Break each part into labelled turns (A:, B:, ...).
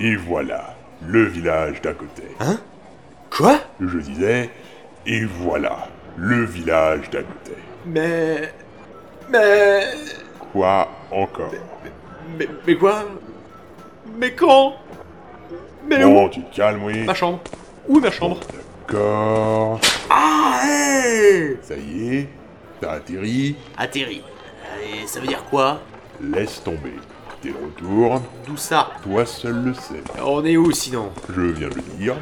A: Et voilà, le village d'à côté.
B: Hein Quoi
A: Je disais, et voilà, le village d'à côté.
B: Mais. Mais.
A: Quoi encore
B: Mais, mais quoi Mais quand Mais où
A: Bon, tu te calmes, oui.
B: Ma chambre. Où est ma chambre
A: D'accord.
B: Ah, hey
A: Ça y est, t'as atterri.
B: Atterri. Et ça veut dire quoi
A: Laisse tomber. T'es de retour.
B: D'où ça
A: Toi seul le sais.
B: On est où sinon
A: Je viens de le dire.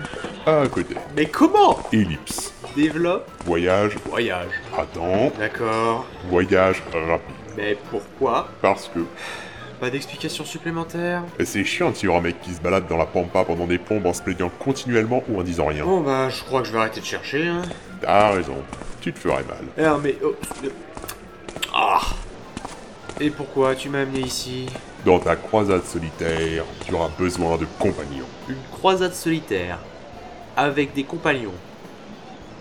A: À côté.
B: Mais comment
A: Ellipse.
B: Développe.
A: Voyage.
B: Voyage.
A: Attends.
B: D'accord.
A: Voyage rapide.
B: Mais pourquoi
A: Parce que eh,
B: Pas d'explication supplémentaire
A: c'est chiant de suivre un mec qui se balade dans la pampa pendant des pompes en se plaignant continuellement ou en disant rien.
B: Bon bah je crois que je vais arrêter de chercher. Hein.
A: T'as raison. Tu te ferais mal.
B: Ah mais... oh, le- Ah Et pourquoi tu m'as amené ici
A: Dans ta croisade solitaire, tu auras besoin de compagnons.
B: Une croisade solitaire. Avec des compagnons.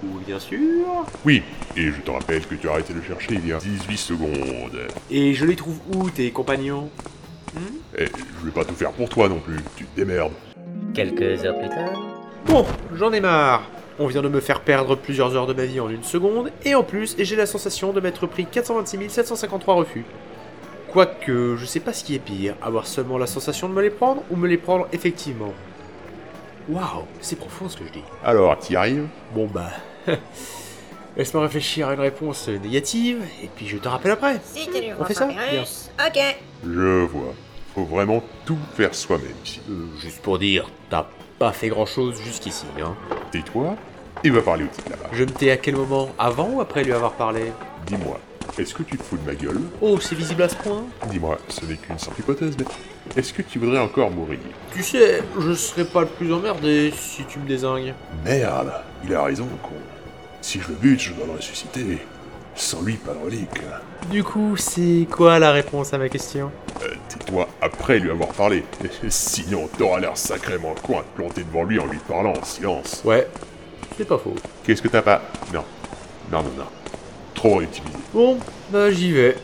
B: Ou bien sûr...
A: Oui, et je te rappelle que tu as arrêté de chercher il y a 18 secondes.
B: Et je les trouve où tes compagnons
A: Et Eh, je vais pas tout faire pour toi non plus, tu te démerdes.
C: Quelques heures plus tard,
B: Bon, j'en ai marre. On vient de me faire perdre plusieurs heures de ma vie en une seconde, et en plus, j'ai la sensation de m'être pris 426 753 refus. Quoique, je sais pas ce qui est pire, avoir seulement la sensation de me les prendre ou me les prendre effectivement. Waouh, c'est profond ce que je dis.
A: Alors, t'y arrives
B: Bon bah. Laisse-moi réfléchir à une réponse négative, et puis je te rappelle après.
D: Si t'es nul
B: On fait ça
D: Russe, ok.
A: Je vois. Faut vraiment tout faire soi-même ici.
B: Euh, juste pour dire, t'as pas fait grand-chose jusqu'ici, hein.
A: Tais-toi et va parler au type là-bas.
B: Je me tais à quel moment Avant ou après lui avoir parlé
A: Dis-moi, est-ce que tu te fous de ma gueule
B: Oh, c'est visible à ce point
A: Dis-moi, ce n'est qu'une simple hypothèse, mais est-ce que tu voudrais encore mourir
B: Tu sais, je serais pas le plus emmerdé si tu me désingues.
A: Merde, il a raison, le con. Si je le bute, je dois le ressusciter. Sans lui, pas de relique.
B: Du coup, c'est quoi la réponse à ma question
A: Euh, Tais-toi après lui avoir parlé. Sinon, t'auras l'air sacrément con à te planter devant lui en lui parlant en silence.
B: Ouais, c'est pas faux.
A: Qu'est-ce que t'as pas Non. Non, non, non. Trop réutilisé.
B: Bon, bah j'y vais.